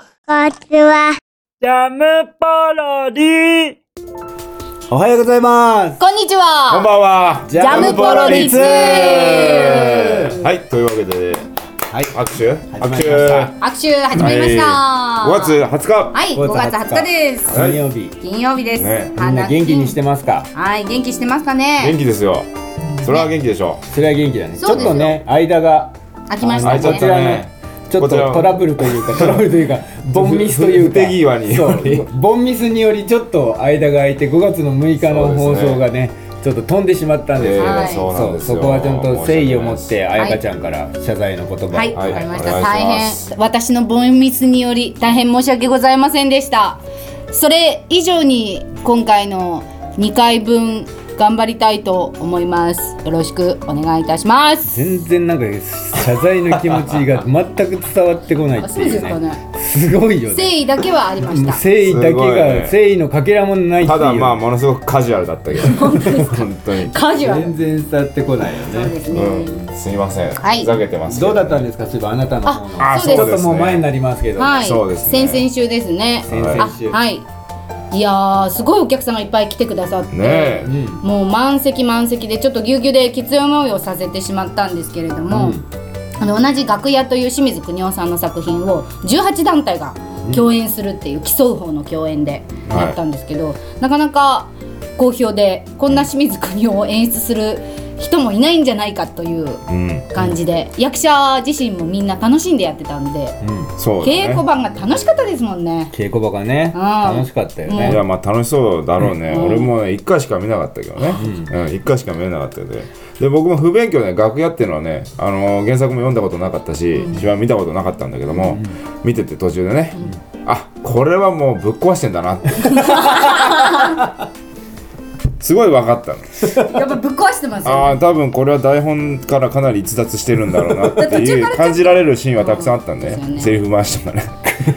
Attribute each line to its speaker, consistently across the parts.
Speaker 1: ちは。
Speaker 2: ジャムパロディ
Speaker 3: おはようございます。
Speaker 4: こんにち
Speaker 5: こん
Speaker 4: は。
Speaker 5: ばんは。
Speaker 3: ジ
Speaker 4: ャムポロリス
Speaker 5: はい、というわけで、
Speaker 3: はい
Speaker 5: 握手
Speaker 3: 始ま
Speaker 5: 握
Speaker 3: り
Speaker 5: 手
Speaker 3: ました
Speaker 4: 握手始まりました。
Speaker 5: はい5月20日
Speaker 4: はい、
Speaker 3: 5
Speaker 4: 5
Speaker 3: 月
Speaker 4: 月20日
Speaker 3: 20
Speaker 4: です。
Speaker 3: 金曜日、
Speaker 4: 金曜日です。
Speaker 5: ね
Speaker 3: みんな元気にして
Speaker 4: ま
Speaker 3: ますか。
Speaker 4: す。はい、元気してますか
Speaker 5: 元
Speaker 4: ね。
Speaker 5: 気ですよ。それは元気でしょ
Speaker 3: それは元気だね。ち
Speaker 4: そ
Speaker 3: ょ
Speaker 4: う
Speaker 3: っ
Speaker 4: ですよ
Speaker 3: とね、間が
Speaker 4: 飽きまし
Speaker 5: あ
Speaker 4: た
Speaker 5: のちょっ
Speaker 3: こち
Speaker 5: と
Speaker 4: ね。
Speaker 3: ら
Speaker 5: ね
Speaker 3: ね。ちょっ
Speaker 5: こちら
Speaker 3: とトラブルという か、トラブルというか、ボンミスというか、
Speaker 5: 不手際に
Speaker 3: そう、ボンミスによりちょっと間が空いて、5月の6日の放送がね、ちょっと飛んでしまったん
Speaker 5: う。
Speaker 3: ですけど、
Speaker 4: はい
Speaker 5: ーそうなん
Speaker 3: そう
Speaker 5: ですよ。
Speaker 3: そこはちゃんと誠意を持っ
Speaker 5: 申し訳
Speaker 3: て、あやかちゃんから謝罪の言葉を。
Speaker 4: はい、わ、
Speaker 5: はい
Speaker 4: かりまし
Speaker 5: お
Speaker 4: た。
Speaker 5: 願い
Speaker 4: 大
Speaker 5: します
Speaker 4: 変、私のボンミスにより、大変申し訳ございませんでした。それ以上に、今回の2回分、頑張りたいと思います。よろしくお願いいたします。
Speaker 3: 全然なんか謝罪の気持ちが全く伝わってこないっていう
Speaker 4: あそうです
Speaker 3: ね。すごいよ
Speaker 4: 誠
Speaker 3: ね。
Speaker 4: 意だけはありました。
Speaker 3: 誠意だけ
Speaker 5: すごい
Speaker 3: が
Speaker 5: ね
Speaker 3: 誠意のかけらもないってい
Speaker 5: な
Speaker 3: う
Speaker 5: いただまあものすごくカジュアルだったけど。本当に。
Speaker 4: カジュアル
Speaker 3: 全。然伝わってこないよ
Speaker 4: そう
Speaker 3: ね
Speaker 4: ですね。
Speaker 5: うん。すみません。
Speaker 4: はい
Speaker 5: ふざけてますけ。
Speaker 3: どうだったんですかそういえばあなたの方の
Speaker 5: あ、
Speaker 4: あ
Speaker 5: そう
Speaker 3: ち
Speaker 5: で
Speaker 3: ょ
Speaker 5: す
Speaker 3: っ
Speaker 5: ね。
Speaker 3: ともう前になりますけど
Speaker 4: はい、
Speaker 5: そうですね
Speaker 4: 先々週ですね。
Speaker 3: 先々週
Speaker 4: あはい。いやーすごいお客さんがいっぱい来てくださって、
Speaker 5: ねえ。
Speaker 4: もう満席満席でちょっとぎゅうぎゅうできつい思いをさせてしまったんですけれども、あの同じ楽屋という清水邦夫さんの作品を18団体が共演するっていう競う方の共演で
Speaker 5: はい
Speaker 4: やったんですけど、なかなか好評でこんな清水邦夫を演出する人もいないんじゃないかという
Speaker 5: うん。
Speaker 4: 感じで、役者自身もみんな楽しんでやってたんで。
Speaker 3: うん
Speaker 5: そうです
Speaker 4: 稽
Speaker 5: ね
Speaker 4: 古。版が楽しかったですもんね。
Speaker 3: 稽古場がね
Speaker 4: あー
Speaker 3: 楽しかったよ
Speaker 5: い
Speaker 3: ね
Speaker 5: やまあ楽しそうだろうね、俺もね1回しか見なかったけどね、うん1回しか見れなかったけどねで僕も不勉強で楽屋っていうのはね、あのー原作も読んだことなかったし芝居も見たことなかったんだけども、見てて途中でね、あこれはもうぶっ壊してんだなって すごい分かったの
Speaker 4: やっぱぶっ壊してますよ。
Speaker 5: ああ多分これは台本からかなり逸脱してるんだろうなってい
Speaker 4: 途中からちょっ
Speaker 5: う
Speaker 4: と
Speaker 5: 感じられるシーンはたくさんあったんで,、
Speaker 4: うんですよね
Speaker 5: セリフ回しとかね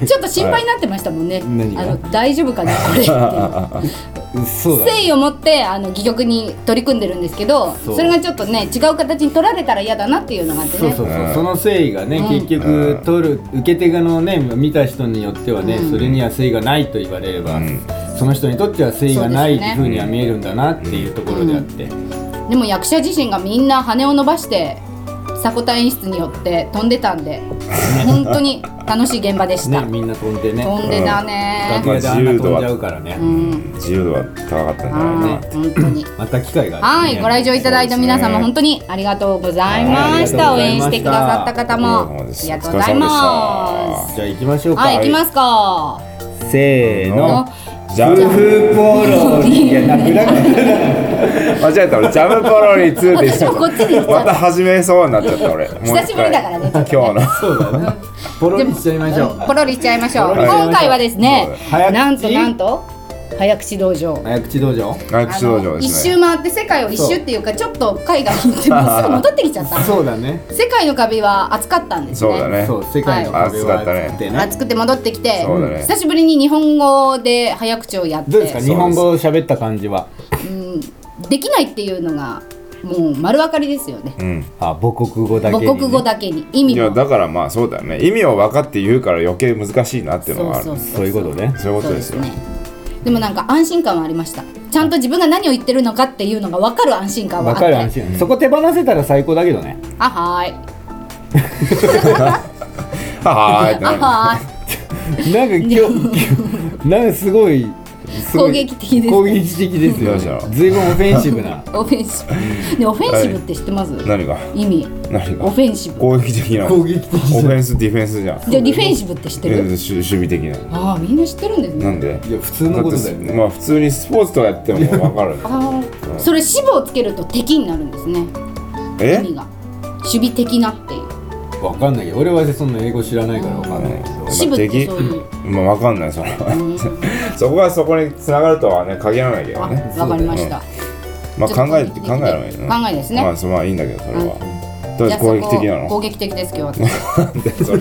Speaker 4: ちょっと心配になってましたもんね。
Speaker 3: 何が
Speaker 4: あの大丈夫かなこ れっていう。
Speaker 3: そうだ
Speaker 4: 誠意を持ってあの戯曲に取り組んでるんですけど、
Speaker 3: そう
Speaker 4: それがちょっとね違う形に取られたら嫌だなっていうのがあってね。
Speaker 3: そうそうそうその誠意がね結局取る受け手側のね見た人によってはねそれには誠意がないと言われれば
Speaker 5: ん
Speaker 3: その人にとっては誠意がな
Speaker 4: そ
Speaker 3: い
Speaker 4: うですね
Speaker 3: ふうには見えるんだなっていうところであって
Speaker 4: でも役者自身がみんな羽を伸ばして迫田演出によって飛んでたん で、本当に楽しい現場でし
Speaker 3: ね
Speaker 4: た。
Speaker 3: みんな飛んでね
Speaker 4: 飛んでたね
Speaker 3: 楽。屋であんな飛んじゃうからね
Speaker 4: うん。
Speaker 5: 自由度は高かったんじゃないかな
Speaker 4: はい本当に。
Speaker 3: また機会があ
Speaker 4: は
Speaker 3: る
Speaker 4: い、ご来場いただいた皆
Speaker 5: そうです
Speaker 4: 様、
Speaker 5: ね
Speaker 4: 本当にありがとうございました。
Speaker 3: は
Speaker 4: 応
Speaker 3: いあり
Speaker 4: 援
Speaker 3: がとうございまし
Speaker 4: し
Speaker 3: た
Speaker 4: てくださった方も、あ
Speaker 5: お疲れ様でし
Speaker 4: り
Speaker 5: た
Speaker 4: がとうございま
Speaker 5: お疲れ様でし
Speaker 4: す。
Speaker 3: じゃあ行きましょうか
Speaker 4: はい、行きますか。
Speaker 3: せーの
Speaker 5: ジャム
Speaker 3: フポロリいやなくなか
Speaker 5: 間違えた俺ジャムポロリ2でし
Speaker 4: 私も こっちで言っちゃった
Speaker 5: また始めそうになっちゃった俺
Speaker 4: 久しぶりだからね
Speaker 5: もう一回今日の
Speaker 3: そうだねポロリしちゃいましょう
Speaker 4: ポロリしちゃいましょう。
Speaker 3: ポロリしちゃいましょう
Speaker 4: 今回はですね
Speaker 3: 早、口
Speaker 4: なんとなんと早口道場。
Speaker 3: 早口道場
Speaker 5: 外口道場で
Speaker 4: あ
Speaker 5: すね
Speaker 4: の一周回って世界を一周っていうかちょっと海外に行ってもうすぐ戻ってきちゃった
Speaker 3: そうだね
Speaker 4: 世界の壁は暑かったんです
Speaker 5: そう
Speaker 4: ね
Speaker 5: だね
Speaker 3: そう世界の壁は厚くてね
Speaker 4: 暑くて戻ってきて、
Speaker 5: そうだね
Speaker 4: 久しぶりに日本語で早口をやって
Speaker 3: どうですか日本語を喋った感じは
Speaker 4: できないっていうのがもう丸分かりですよね、
Speaker 5: うん
Speaker 3: あ母国語だけにね
Speaker 4: 母国語だけに意味
Speaker 5: いや
Speaker 4: も
Speaker 5: だからまあそうだよね意味を分かって言うから余計難しいなっていうのがあるそう
Speaker 3: そういうことね
Speaker 5: いうことですよ
Speaker 4: ねでもなんか安心感はありましたちゃんと自分が何を言ってるのかっていうのが分かる安心感はあ
Speaker 3: わ
Speaker 4: って
Speaker 3: かる安心そこ手放せたら最高だけどね
Speaker 4: あはーい
Speaker 5: はーいって
Speaker 4: あ
Speaker 5: な
Speaker 4: はーい
Speaker 3: なんか今日なんかすごいすごい
Speaker 4: 攻撃的ですね
Speaker 3: 攻撃的ですよ
Speaker 5: どうした
Speaker 3: ね
Speaker 5: の
Speaker 3: ずいぶんオフェンシブな
Speaker 4: オフェンシブでオフェンシブって知ってます、
Speaker 5: 何が
Speaker 4: 意味
Speaker 5: 何が
Speaker 4: オフェンシブ
Speaker 5: 攻撃的な
Speaker 3: 攻撃的
Speaker 5: オフェンスディフェンスじゃん
Speaker 4: じゃあディフェンシブって知って
Speaker 5: え
Speaker 4: る
Speaker 5: 守守備的な
Speaker 4: ああみんな知ってるんです
Speaker 5: な
Speaker 4: ね
Speaker 5: んで
Speaker 3: いや普通のことだよね
Speaker 5: ってまあ普通にスポーツとかやっても分かる
Speaker 4: ああそれ支部をつけると敵になるんですね意
Speaker 5: え
Speaker 4: 味が守備的なっていう
Speaker 3: わかんないけど俺はそんな英語知らないからわかんないけど
Speaker 4: 支部ってそういう
Speaker 5: まあ分かんないそれはそこはそこに繋がるとはね限らないけど
Speaker 4: あ
Speaker 5: ね
Speaker 4: わかりました、
Speaker 5: まあ
Speaker 4: ちょっと
Speaker 5: 考えて
Speaker 4: 攻撃的
Speaker 5: 考えればいいの
Speaker 4: 考えですね
Speaker 5: まあそうまあいいんだけどそれは。どうやって攻撃的な
Speaker 4: じゃあそこ攻
Speaker 5: の？
Speaker 4: 撃的です今日は
Speaker 5: それ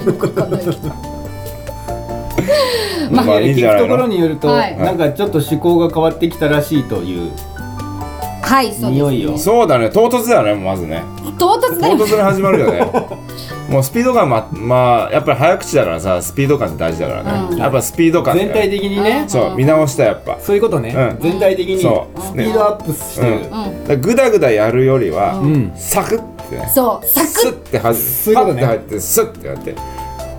Speaker 3: まあ、
Speaker 5: まあいいんじゃない
Speaker 3: 聞
Speaker 5: の
Speaker 3: くところによると、
Speaker 4: はい
Speaker 3: なんかちょっと趣向が変わってきたらしいという
Speaker 4: はいそうです
Speaker 3: 匂いを
Speaker 5: そうだね唐突だねまずね
Speaker 4: 唐突だ
Speaker 5: 唐
Speaker 4: よ
Speaker 5: 突に始まるよね。 もうスピード感ままあやっぱり早口だからさスピード感って大事だからね、
Speaker 4: うん
Speaker 5: やっぱスピード感だよ
Speaker 3: 全体的にね
Speaker 5: そう見直したやっぱ
Speaker 3: そういうことね、
Speaker 5: うん
Speaker 3: 全体的にスピ
Speaker 5: そう
Speaker 3: ードアップしてる、
Speaker 5: うんだからグダグダやるよりは、
Speaker 3: ん
Speaker 5: サクッてね
Speaker 4: そうサ
Speaker 5: ス
Speaker 4: クッ
Speaker 5: ッて入って
Speaker 3: そういう
Speaker 5: パ
Speaker 3: こと
Speaker 5: ッ
Speaker 3: ね
Speaker 5: て入ってスッてやって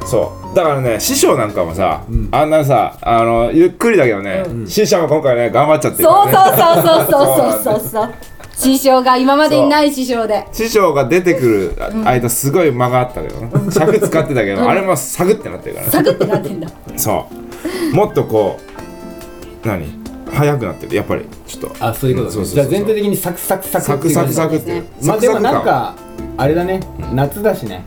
Speaker 5: そうだからね師匠なんかもさ、あんなさあのゆっくりだけどね、師匠も今回ね頑張っちゃってるから
Speaker 4: そう
Speaker 5: ね
Speaker 4: そうそうそうそうそうそう師匠が今までにない師匠で
Speaker 5: 師匠が出てくる間すごい間があったけどね尺使ってたけどあれもサグってなってるからね
Speaker 4: サクッてなってんだ
Speaker 5: そうもっとこう何速くなってるやっぱりちょっと
Speaker 3: あそういうこと、ね
Speaker 5: そうそう
Speaker 3: じ
Speaker 5: そう
Speaker 3: ゃあ全体的にサクサクサク
Speaker 5: サ
Speaker 3: って
Speaker 5: ク
Speaker 3: いう
Speaker 5: サ
Speaker 3: 感
Speaker 5: ク
Speaker 3: じ
Speaker 5: サクっていう
Speaker 3: まあ
Speaker 5: サク
Speaker 3: で
Speaker 5: サ
Speaker 3: も
Speaker 5: ク
Speaker 3: なん
Speaker 5: 感
Speaker 3: かあれだね夏だしね、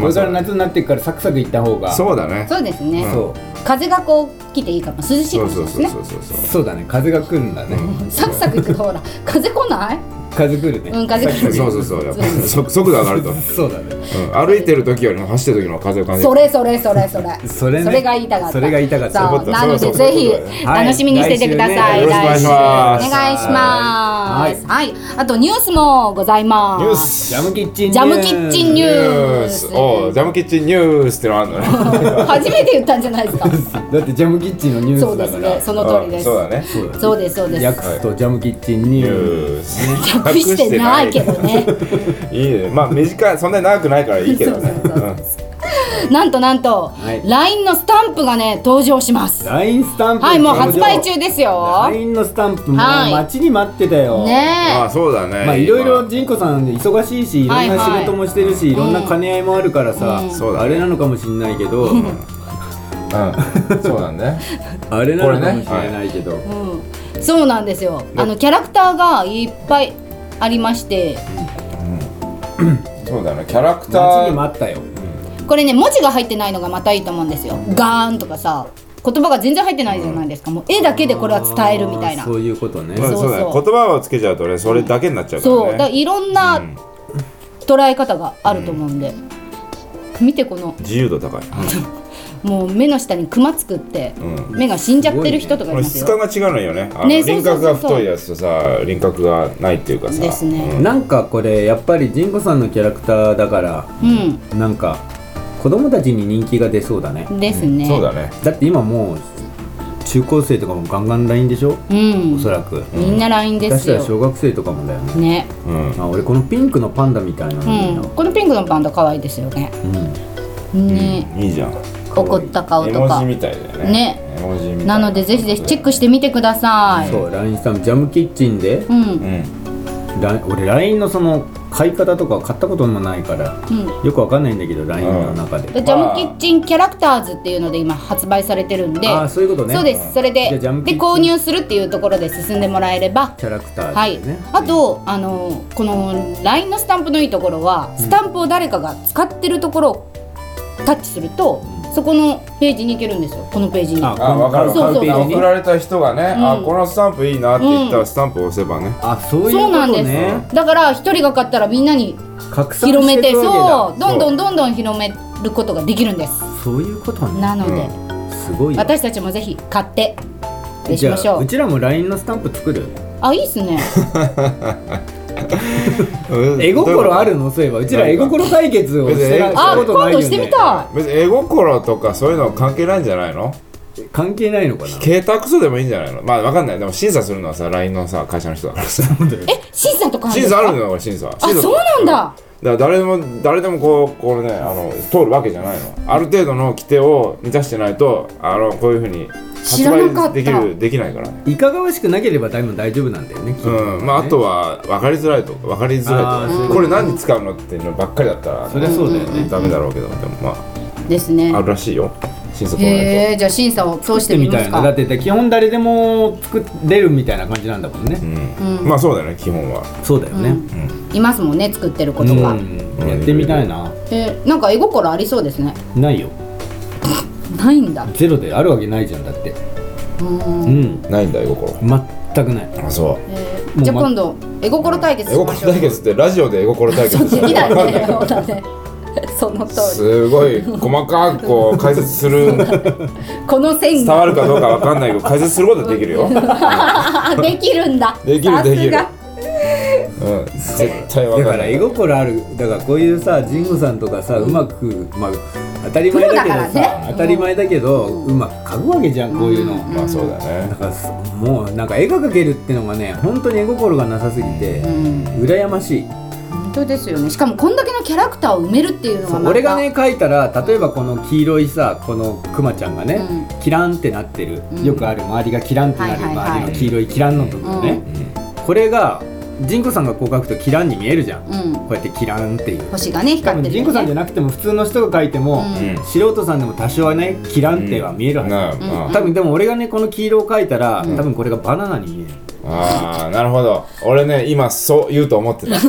Speaker 3: これから夏になってくからサクサクいった方がう
Speaker 5: そうだね
Speaker 4: そうですね、
Speaker 3: そ
Speaker 4: 風がこう来ていいかも涼しい
Speaker 5: そ
Speaker 4: か
Speaker 5: う
Speaker 4: もし
Speaker 5: そ
Speaker 4: れ
Speaker 5: う
Speaker 4: ないです
Speaker 5: そう
Speaker 4: ね
Speaker 3: うそう
Speaker 5: そうそうそう
Speaker 3: だね風が来るんだね、
Speaker 4: サクサクいくとほら風来ない
Speaker 3: 風来るね、
Speaker 4: うん風来る
Speaker 5: そうそうそうやっぱり速速度上がると、うん
Speaker 3: そうだね
Speaker 5: 歩いてる時よりも走ってる時の方が風を感じる
Speaker 4: それそれそれそれ
Speaker 3: それね
Speaker 4: が言いたかった
Speaker 3: それが言いたかった
Speaker 4: そう
Speaker 5: そういうこと
Speaker 4: なの
Speaker 5: そ
Speaker 4: で
Speaker 5: うそう
Speaker 4: ぜ
Speaker 5: そうい
Speaker 4: ひ
Speaker 5: うことだ
Speaker 3: はい
Speaker 4: 楽しみにしててください、
Speaker 5: 来週ねよろしくお願いしま
Speaker 4: 来週
Speaker 5: す
Speaker 4: お願いします
Speaker 3: は
Speaker 4: はい、あとニュースもございます
Speaker 5: ニュース
Speaker 3: ジャムキッチン
Speaker 4: ジャムキッチンニ
Speaker 5: ニ
Speaker 4: ュ
Speaker 5: ュ
Speaker 4: ー
Speaker 5: ー
Speaker 4: ス
Speaker 5: スおうジャムキッチンニュースっての あるのね
Speaker 4: 初めて言ったんじゃない ですか
Speaker 3: だってジャムキッチンのニュー
Speaker 4: そう
Speaker 3: ス
Speaker 4: で
Speaker 3: だ
Speaker 4: す
Speaker 3: か
Speaker 4: ね
Speaker 3: ら
Speaker 4: その通りです
Speaker 5: そうだね
Speaker 4: そうですそうです
Speaker 3: 訳すとジャムキッチンニ
Speaker 5: ニ
Speaker 3: ュー
Speaker 5: ュース
Speaker 4: 隠してないけどね
Speaker 5: いいねまあ短いそんなに長くないからいいけどね
Speaker 4: そうそうそうなんとなんと、
Speaker 3: い
Speaker 4: LINE のスタンプがね登場します
Speaker 3: スラインスタンプ
Speaker 4: はいもう発売中ですよ
Speaker 3: LINE のスタンプも
Speaker 4: はい
Speaker 3: 待ちに待ってたよ、
Speaker 5: ま
Speaker 4: ね
Speaker 5: あそうだね
Speaker 3: まあいろいろジンコさん忙しいしいろんな
Speaker 4: はいはい
Speaker 3: 仕事もしてるしいろんな兼ね合いもあるからさ
Speaker 5: そうだね
Speaker 3: あれなのかもしれないけど
Speaker 5: うんそうだね
Speaker 3: あれなのかもし
Speaker 5: これね
Speaker 3: れないけど
Speaker 4: え、うん、そうなんですよあのキャラクターがいっぱいありまして
Speaker 5: そうだねキャラク
Speaker 3: 待
Speaker 5: タ
Speaker 3: ちに
Speaker 5: ー
Speaker 3: 待ったよ
Speaker 4: これね文字が入ってないのがまたいいと思うんですよガーンとかさ言葉が全然入ってないじゃないですかもう絵だけでこれは伝えるみたいな
Speaker 3: あーそういうことね
Speaker 5: うんそうだね
Speaker 4: そう
Speaker 5: 言葉をつけちゃうとねそれだけになっちゃうからね
Speaker 4: そうだからいろんな捉え方があると思うんで、見てこの
Speaker 5: 自由度高い
Speaker 4: もう目の下にクマ作って、
Speaker 5: う
Speaker 4: 目が死んじゃってる人とかい
Speaker 5: これ
Speaker 4: ます
Speaker 5: 質
Speaker 4: よ、
Speaker 5: 感が違うのよねあの
Speaker 4: ねそう
Speaker 5: 輪
Speaker 4: そうそう
Speaker 5: 郭
Speaker 4: そう
Speaker 5: が太いやつとさ輪郭がないっていうかさ
Speaker 4: ですね
Speaker 3: なんかこれやっぱりジンコさんのキャラクターだから
Speaker 4: う
Speaker 3: なんか子供たちに人気が出そうだね
Speaker 4: んですね、
Speaker 5: そうだね
Speaker 3: だって今もう中高生とかもガンガン LINE でしょ
Speaker 4: うん
Speaker 3: おそらく
Speaker 4: みんな LINE で
Speaker 3: 出し
Speaker 4: す
Speaker 3: たら
Speaker 4: よ
Speaker 3: 小学生とかもだよね
Speaker 4: ね
Speaker 5: うん
Speaker 3: あ俺このピンクのパンダみたいなのいい
Speaker 4: うん
Speaker 3: な
Speaker 4: このピンクのパンダ可愛いですよね
Speaker 3: うん
Speaker 4: ね、
Speaker 5: いいじゃん
Speaker 4: 怒った顔
Speaker 5: 絵
Speaker 4: と
Speaker 5: 文
Speaker 4: か
Speaker 5: 字みたいだよね
Speaker 4: ね
Speaker 5: 絵文字みたい
Speaker 4: なのでぜひぜひチェックしてみてください
Speaker 3: そう LINE さんジャムキッチンで
Speaker 4: うん、
Speaker 5: うん
Speaker 3: ラ俺 LINE のその買い方とか買ったこともないから、
Speaker 4: う
Speaker 3: よくわかんないんだけど LINE の中で、
Speaker 4: でジャムキッチンキャラクターズっていうので今発売されてるんで
Speaker 3: ああそういうことね
Speaker 4: そうですそれで
Speaker 3: じゃあジ
Speaker 4: で
Speaker 3: ャムキッチン
Speaker 4: 購入するっていうところで進んでもらえれば
Speaker 3: キャラクタ
Speaker 4: は
Speaker 3: ー
Speaker 4: い
Speaker 3: でね、、
Speaker 4: あと、あのこの LINE のスタンプのいいところはスタンプを誰かが使ってるところをタッチすると、そこのページに行けるんですよこのページに
Speaker 3: あ
Speaker 5: あ分かる
Speaker 4: そうそう
Speaker 5: 完璧に送られた人がねあ
Speaker 4: うん
Speaker 5: このスタンプいいなって言ったらスタンプを押せばね
Speaker 3: あそういう
Speaker 4: そう
Speaker 3: こ
Speaker 4: なん
Speaker 3: と
Speaker 4: です、
Speaker 3: ね
Speaker 4: だから一人が買ったらみんなに
Speaker 3: 拡散
Speaker 4: 広め
Speaker 3: していく
Speaker 4: そ
Speaker 3: わ
Speaker 4: うどんどんどんどん広めることができるんです
Speaker 3: けだそういうことね
Speaker 4: なので、
Speaker 3: すごいよ
Speaker 4: 私たちもぜひ買ってあれし
Speaker 3: じ
Speaker 4: まし
Speaker 3: ゃあ
Speaker 4: ょ
Speaker 3: う
Speaker 4: う
Speaker 3: ちらも LINE のスタンプ作る
Speaker 4: あいいっす ね
Speaker 5: うん
Speaker 3: 絵心あるのそういえばうちら絵心対決をしてな
Speaker 5: 別に
Speaker 4: あ
Speaker 3: したこと
Speaker 4: 今
Speaker 3: ないよ、
Speaker 4: 度
Speaker 3: ね、
Speaker 4: してみた
Speaker 5: 別に絵心とかそういうの関係ないんじゃないの
Speaker 3: 関係ないのかな
Speaker 5: 携帯クソでもいいんじゃないのまあわかんないでも審査するのはさ LINE のさ会社の人 だからさ
Speaker 4: いえ審査とかあるん
Speaker 5: 審
Speaker 4: です
Speaker 5: 査ある
Speaker 4: か
Speaker 5: のよこれ審査
Speaker 4: あ
Speaker 5: 審査
Speaker 4: そうなんだ
Speaker 5: だから誰でも誰でもこうこうねあの通るわけじゃないのある程度の規定を満たしてないとあのこういうふうに
Speaker 4: 知らなかった
Speaker 5: できるできないからね
Speaker 3: いかがわしくなければ大分大丈夫なんだよね、きっとね
Speaker 5: うんまあ、あとは分かりづらいとか分かりづ
Speaker 3: あ
Speaker 5: らい
Speaker 3: ー
Speaker 5: とかこれ何に使うのっていうのばっかりだったら
Speaker 3: そりゃそうだよね
Speaker 5: んダメだろうけどでもま
Speaker 4: ですね
Speaker 5: ああるらしいよ審査通らないと
Speaker 4: へえじゃあ審査を通
Speaker 3: し
Speaker 4: してて
Speaker 3: み
Speaker 4: み
Speaker 3: た
Speaker 4: ま
Speaker 3: い
Speaker 4: す
Speaker 3: なだっ
Speaker 4: か
Speaker 3: て基本誰でも作れるみたいな感じなんだもんね、
Speaker 5: うんまあそうだよね基本は
Speaker 3: そうだよね、
Speaker 4: いますもんね作ってる子
Speaker 3: う
Speaker 4: と
Speaker 3: ん
Speaker 4: か、
Speaker 3: やってみたいな、
Speaker 4: えーなんか絵心ありそうですね
Speaker 3: ないよ
Speaker 4: ないんだ
Speaker 3: ゼロであるわけないじゃんだってうん、
Speaker 5: ないんだよ心
Speaker 3: 全くない
Speaker 5: あそ
Speaker 3: ま
Speaker 4: じゃあ今度絵心対
Speaker 5: う
Speaker 4: 決
Speaker 5: 絵
Speaker 4: しま
Speaker 5: 心
Speaker 4: しょう
Speaker 5: 対決ってラジオで絵心対決
Speaker 4: で
Speaker 5: し
Speaker 4: きな
Speaker 5: た
Speaker 4: い
Speaker 5: ら分か
Speaker 4: ねそ
Speaker 5: んない
Speaker 4: うだねその通り
Speaker 5: すごい細かくこう解説する
Speaker 4: この線
Speaker 5: 伝
Speaker 4: が
Speaker 5: わるかどうか分か んないけど解説することはできるよ
Speaker 4: できるんだ
Speaker 5: できる
Speaker 4: さす
Speaker 5: できる
Speaker 4: が
Speaker 5: ううん、絶対わ
Speaker 3: だ
Speaker 5: か
Speaker 3: か
Speaker 5: ん
Speaker 3: ら
Speaker 5: ない
Speaker 3: 絵心あるだからこういうさ神宮さんとかさ、うまくまあ当たり前だけど
Speaker 4: プロだから、
Speaker 3: さ
Speaker 4: ね
Speaker 3: 当たり前だけど、うまく描くわけじゃんこういうの、
Speaker 5: まあそうだね
Speaker 3: なんかすもうなんか絵が描けるってのがね本当に絵心がなさすぎて、羨ましい
Speaker 4: 本当ですよねしかもこんだけのキャラクターを埋めるっていうのが
Speaker 3: そう
Speaker 4: また
Speaker 3: 俺がね描いたら例えばこの黄色いさこのクマちゃんがね、キランってなってる、よくある周りがキランってなる
Speaker 4: はいはいはい
Speaker 3: 周りの黄色いキランの部分ね、
Speaker 5: うん
Speaker 3: これがジンコさんがこう描くとキランに見えるじゃん、
Speaker 4: うん
Speaker 3: こうやってキランっていう
Speaker 4: 星がね
Speaker 3: 多
Speaker 4: 光っ
Speaker 3: 分
Speaker 4: てる
Speaker 3: ジンコさんじゃなくても普通の人が描いても、
Speaker 5: うん
Speaker 3: 素人さんでも多少はねキランっては見えるはず、
Speaker 5: なあまあ
Speaker 3: 多分でも俺がねこの黄色を描いたら、多分これがバナナに見える
Speaker 5: ああなるほど俺ね今そう言うと思ってた
Speaker 4: あー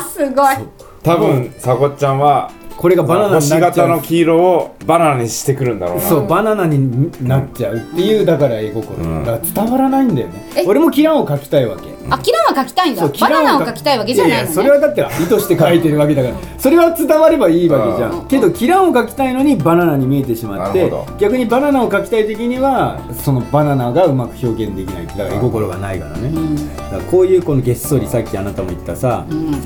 Speaker 4: すごい
Speaker 5: 多分さこっちゃんは
Speaker 3: これがバナナに
Speaker 5: 星
Speaker 3: なっち
Speaker 5: 型
Speaker 3: ゃ
Speaker 5: の
Speaker 3: う
Speaker 5: 黄色をバナナにしてくるんだろうな
Speaker 3: そうバナナになっちゃうっていうだから絵心、
Speaker 5: うん
Speaker 3: だから伝わらないんだよね
Speaker 4: え
Speaker 3: 俺もキランを描きたいわけ
Speaker 4: あキランは描きたいんだ
Speaker 3: そう
Speaker 4: バナナを描きたいわけじゃない
Speaker 3: や
Speaker 4: の
Speaker 3: や
Speaker 4: ね
Speaker 3: それはだって意図して描いてるわけだからそれは伝わればいいわけじゃ
Speaker 5: うん
Speaker 3: けどキランを描きたいのにバナナに見えてしまっ
Speaker 5: な
Speaker 3: て
Speaker 5: るほど
Speaker 3: 逆にバナナを描きたい時にはそのバナナがうまく表現できないだから絵心がないからね、だからこういうこのげっそりさっきあなたも言ったさ、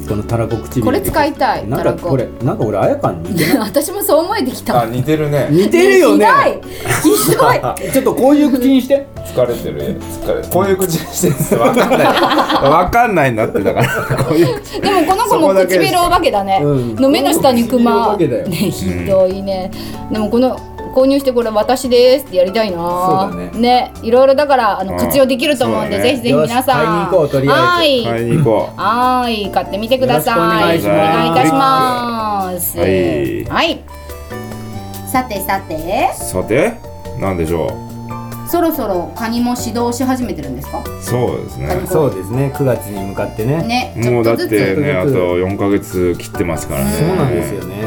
Speaker 3: このたらこ唇
Speaker 4: これ使いたい
Speaker 3: なん
Speaker 4: た
Speaker 3: から
Speaker 4: こ
Speaker 3: これなんか俺あやかんに似てない
Speaker 4: 私もそう思えてきた
Speaker 5: あ似てるね
Speaker 3: 似てるよね
Speaker 4: ひどいひどい
Speaker 3: ちょっとこういう口にして
Speaker 5: 疲れてる疲れてるこういう口してるって分かんない分かんないんだって だからこういう口
Speaker 4: でもこの子
Speaker 5: そこ
Speaker 4: も
Speaker 5: だけです
Speaker 4: 唇お化けだね、
Speaker 3: うん
Speaker 4: の目の下にクマ
Speaker 3: この子唇お化けだよ
Speaker 4: ねひどいね、でもこの購入してこれ私ですってやりたいな
Speaker 3: そうだね
Speaker 4: いろいろだからあの
Speaker 5: うん
Speaker 4: 活用できると思うんで、
Speaker 5: そうだね
Speaker 4: ぜひぜひ皆さん
Speaker 3: よし買いに行こうとり
Speaker 4: えず
Speaker 3: あ
Speaker 4: は
Speaker 5: 買
Speaker 4: い
Speaker 5: いに行こう
Speaker 4: はい買ってみてください
Speaker 3: よろし
Speaker 5: くお願いします
Speaker 4: お願いいたします
Speaker 5: はい
Speaker 4: はいさてさて
Speaker 5: さて何でしょ
Speaker 4: そろそろカニも指導し始めてるんですか
Speaker 5: うそうですね
Speaker 3: そうですね9月に向かってね
Speaker 4: ねちょ
Speaker 5: も
Speaker 4: っ
Speaker 5: うだ
Speaker 4: と
Speaker 5: っ
Speaker 4: ず
Speaker 5: て
Speaker 4: つ
Speaker 5: ねあと4か月切ってますからね
Speaker 3: そうなんですよね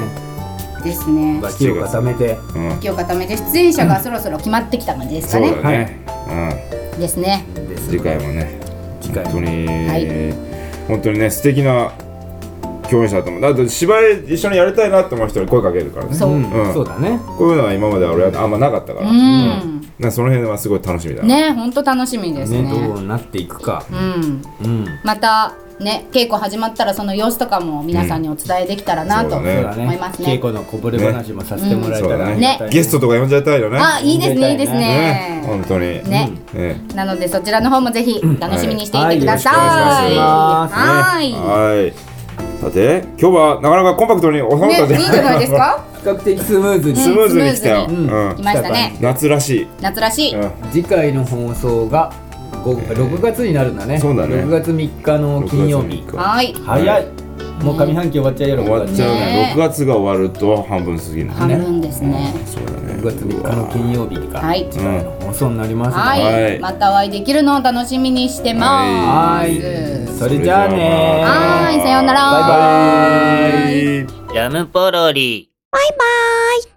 Speaker 4: ですね
Speaker 3: 脇を固めて
Speaker 5: うん
Speaker 4: 今日固めて出演者がそろそろ決まってきた感じです
Speaker 5: そ
Speaker 4: か
Speaker 5: う
Speaker 4: ね、
Speaker 5: だねうん
Speaker 4: ですね
Speaker 3: です
Speaker 5: 次回もね
Speaker 3: 次回
Speaker 5: 本当に
Speaker 4: はい
Speaker 5: 本当にね素敵な共演者だと思うだって芝居一緒にやりたいなって思う人に声かけるからね
Speaker 4: そう、
Speaker 3: うん
Speaker 5: うん
Speaker 3: そうだね
Speaker 5: こういうのは今までは俺はあんまなかったから、
Speaker 4: うん、
Speaker 5: なその辺はすごい楽しみだな
Speaker 4: ね本当楽しみですね
Speaker 3: ねどうなっていくか
Speaker 4: うん、
Speaker 3: うん
Speaker 4: またね稽古始まったらその様子とかも皆さんにお伝えできたらなと、
Speaker 5: うんそうだね
Speaker 3: そうだね
Speaker 4: 思いますね
Speaker 3: 稽古のこぼれ話もさせてもらえ
Speaker 5: そ
Speaker 3: た
Speaker 5: うだ
Speaker 3: ら、
Speaker 5: ね
Speaker 4: ね
Speaker 5: ゲストとか呼んじゃいたいよね
Speaker 4: あいいですねいいです
Speaker 5: ね
Speaker 4: ね
Speaker 5: 本当に
Speaker 4: ね
Speaker 5: ね
Speaker 4: なのでそちらの方もぜひ楽しみにしていてください、
Speaker 5: はい
Speaker 4: はい、
Speaker 5: ねはいさて今日はなかなかコンパクトに収まった
Speaker 4: ねいいじゃないですか
Speaker 3: 比較的スムーズに、
Speaker 5: スムーズに来たよ、
Speaker 4: スム
Speaker 5: うん
Speaker 4: 来ましたね
Speaker 5: 夏らしい、
Speaker 4: 夏らしい、
Speaker 5: うん
Speaker 3: 次回の放送がご6月になるんだね
Speaker 5: そうだね
Speaker 3: 6月3日の金曜日
Speaker 5: 6月3日
Speaker 4: はい
Speaker 3: 早いもう上半期終わっちゃうよ
Speaker 5: 終わっちゃうね
Speaker 4: ね
Speaker 5: 6月が終わると半分過ぎるね
Speaker 4: 半分ですね、
Speaker 5: そうだね
Speaker 3: 6月3日の金曜日が
Speaker 4: はい
Speaker 3: 次回の放送になりますね
Speaker 4: はい、
Speaker 5: はい
Speaker 4: またお会いできるのを楽しみにしてま
Speaker 3: は
Speaker 4: す、
Speaker 3: いそれじゃあね
Speaker 4: はいさようなら
Speaker 3: バイバイ
Speaker 5: イ
Speaker 2: やむぽろり。
Speaker 1: バイバイ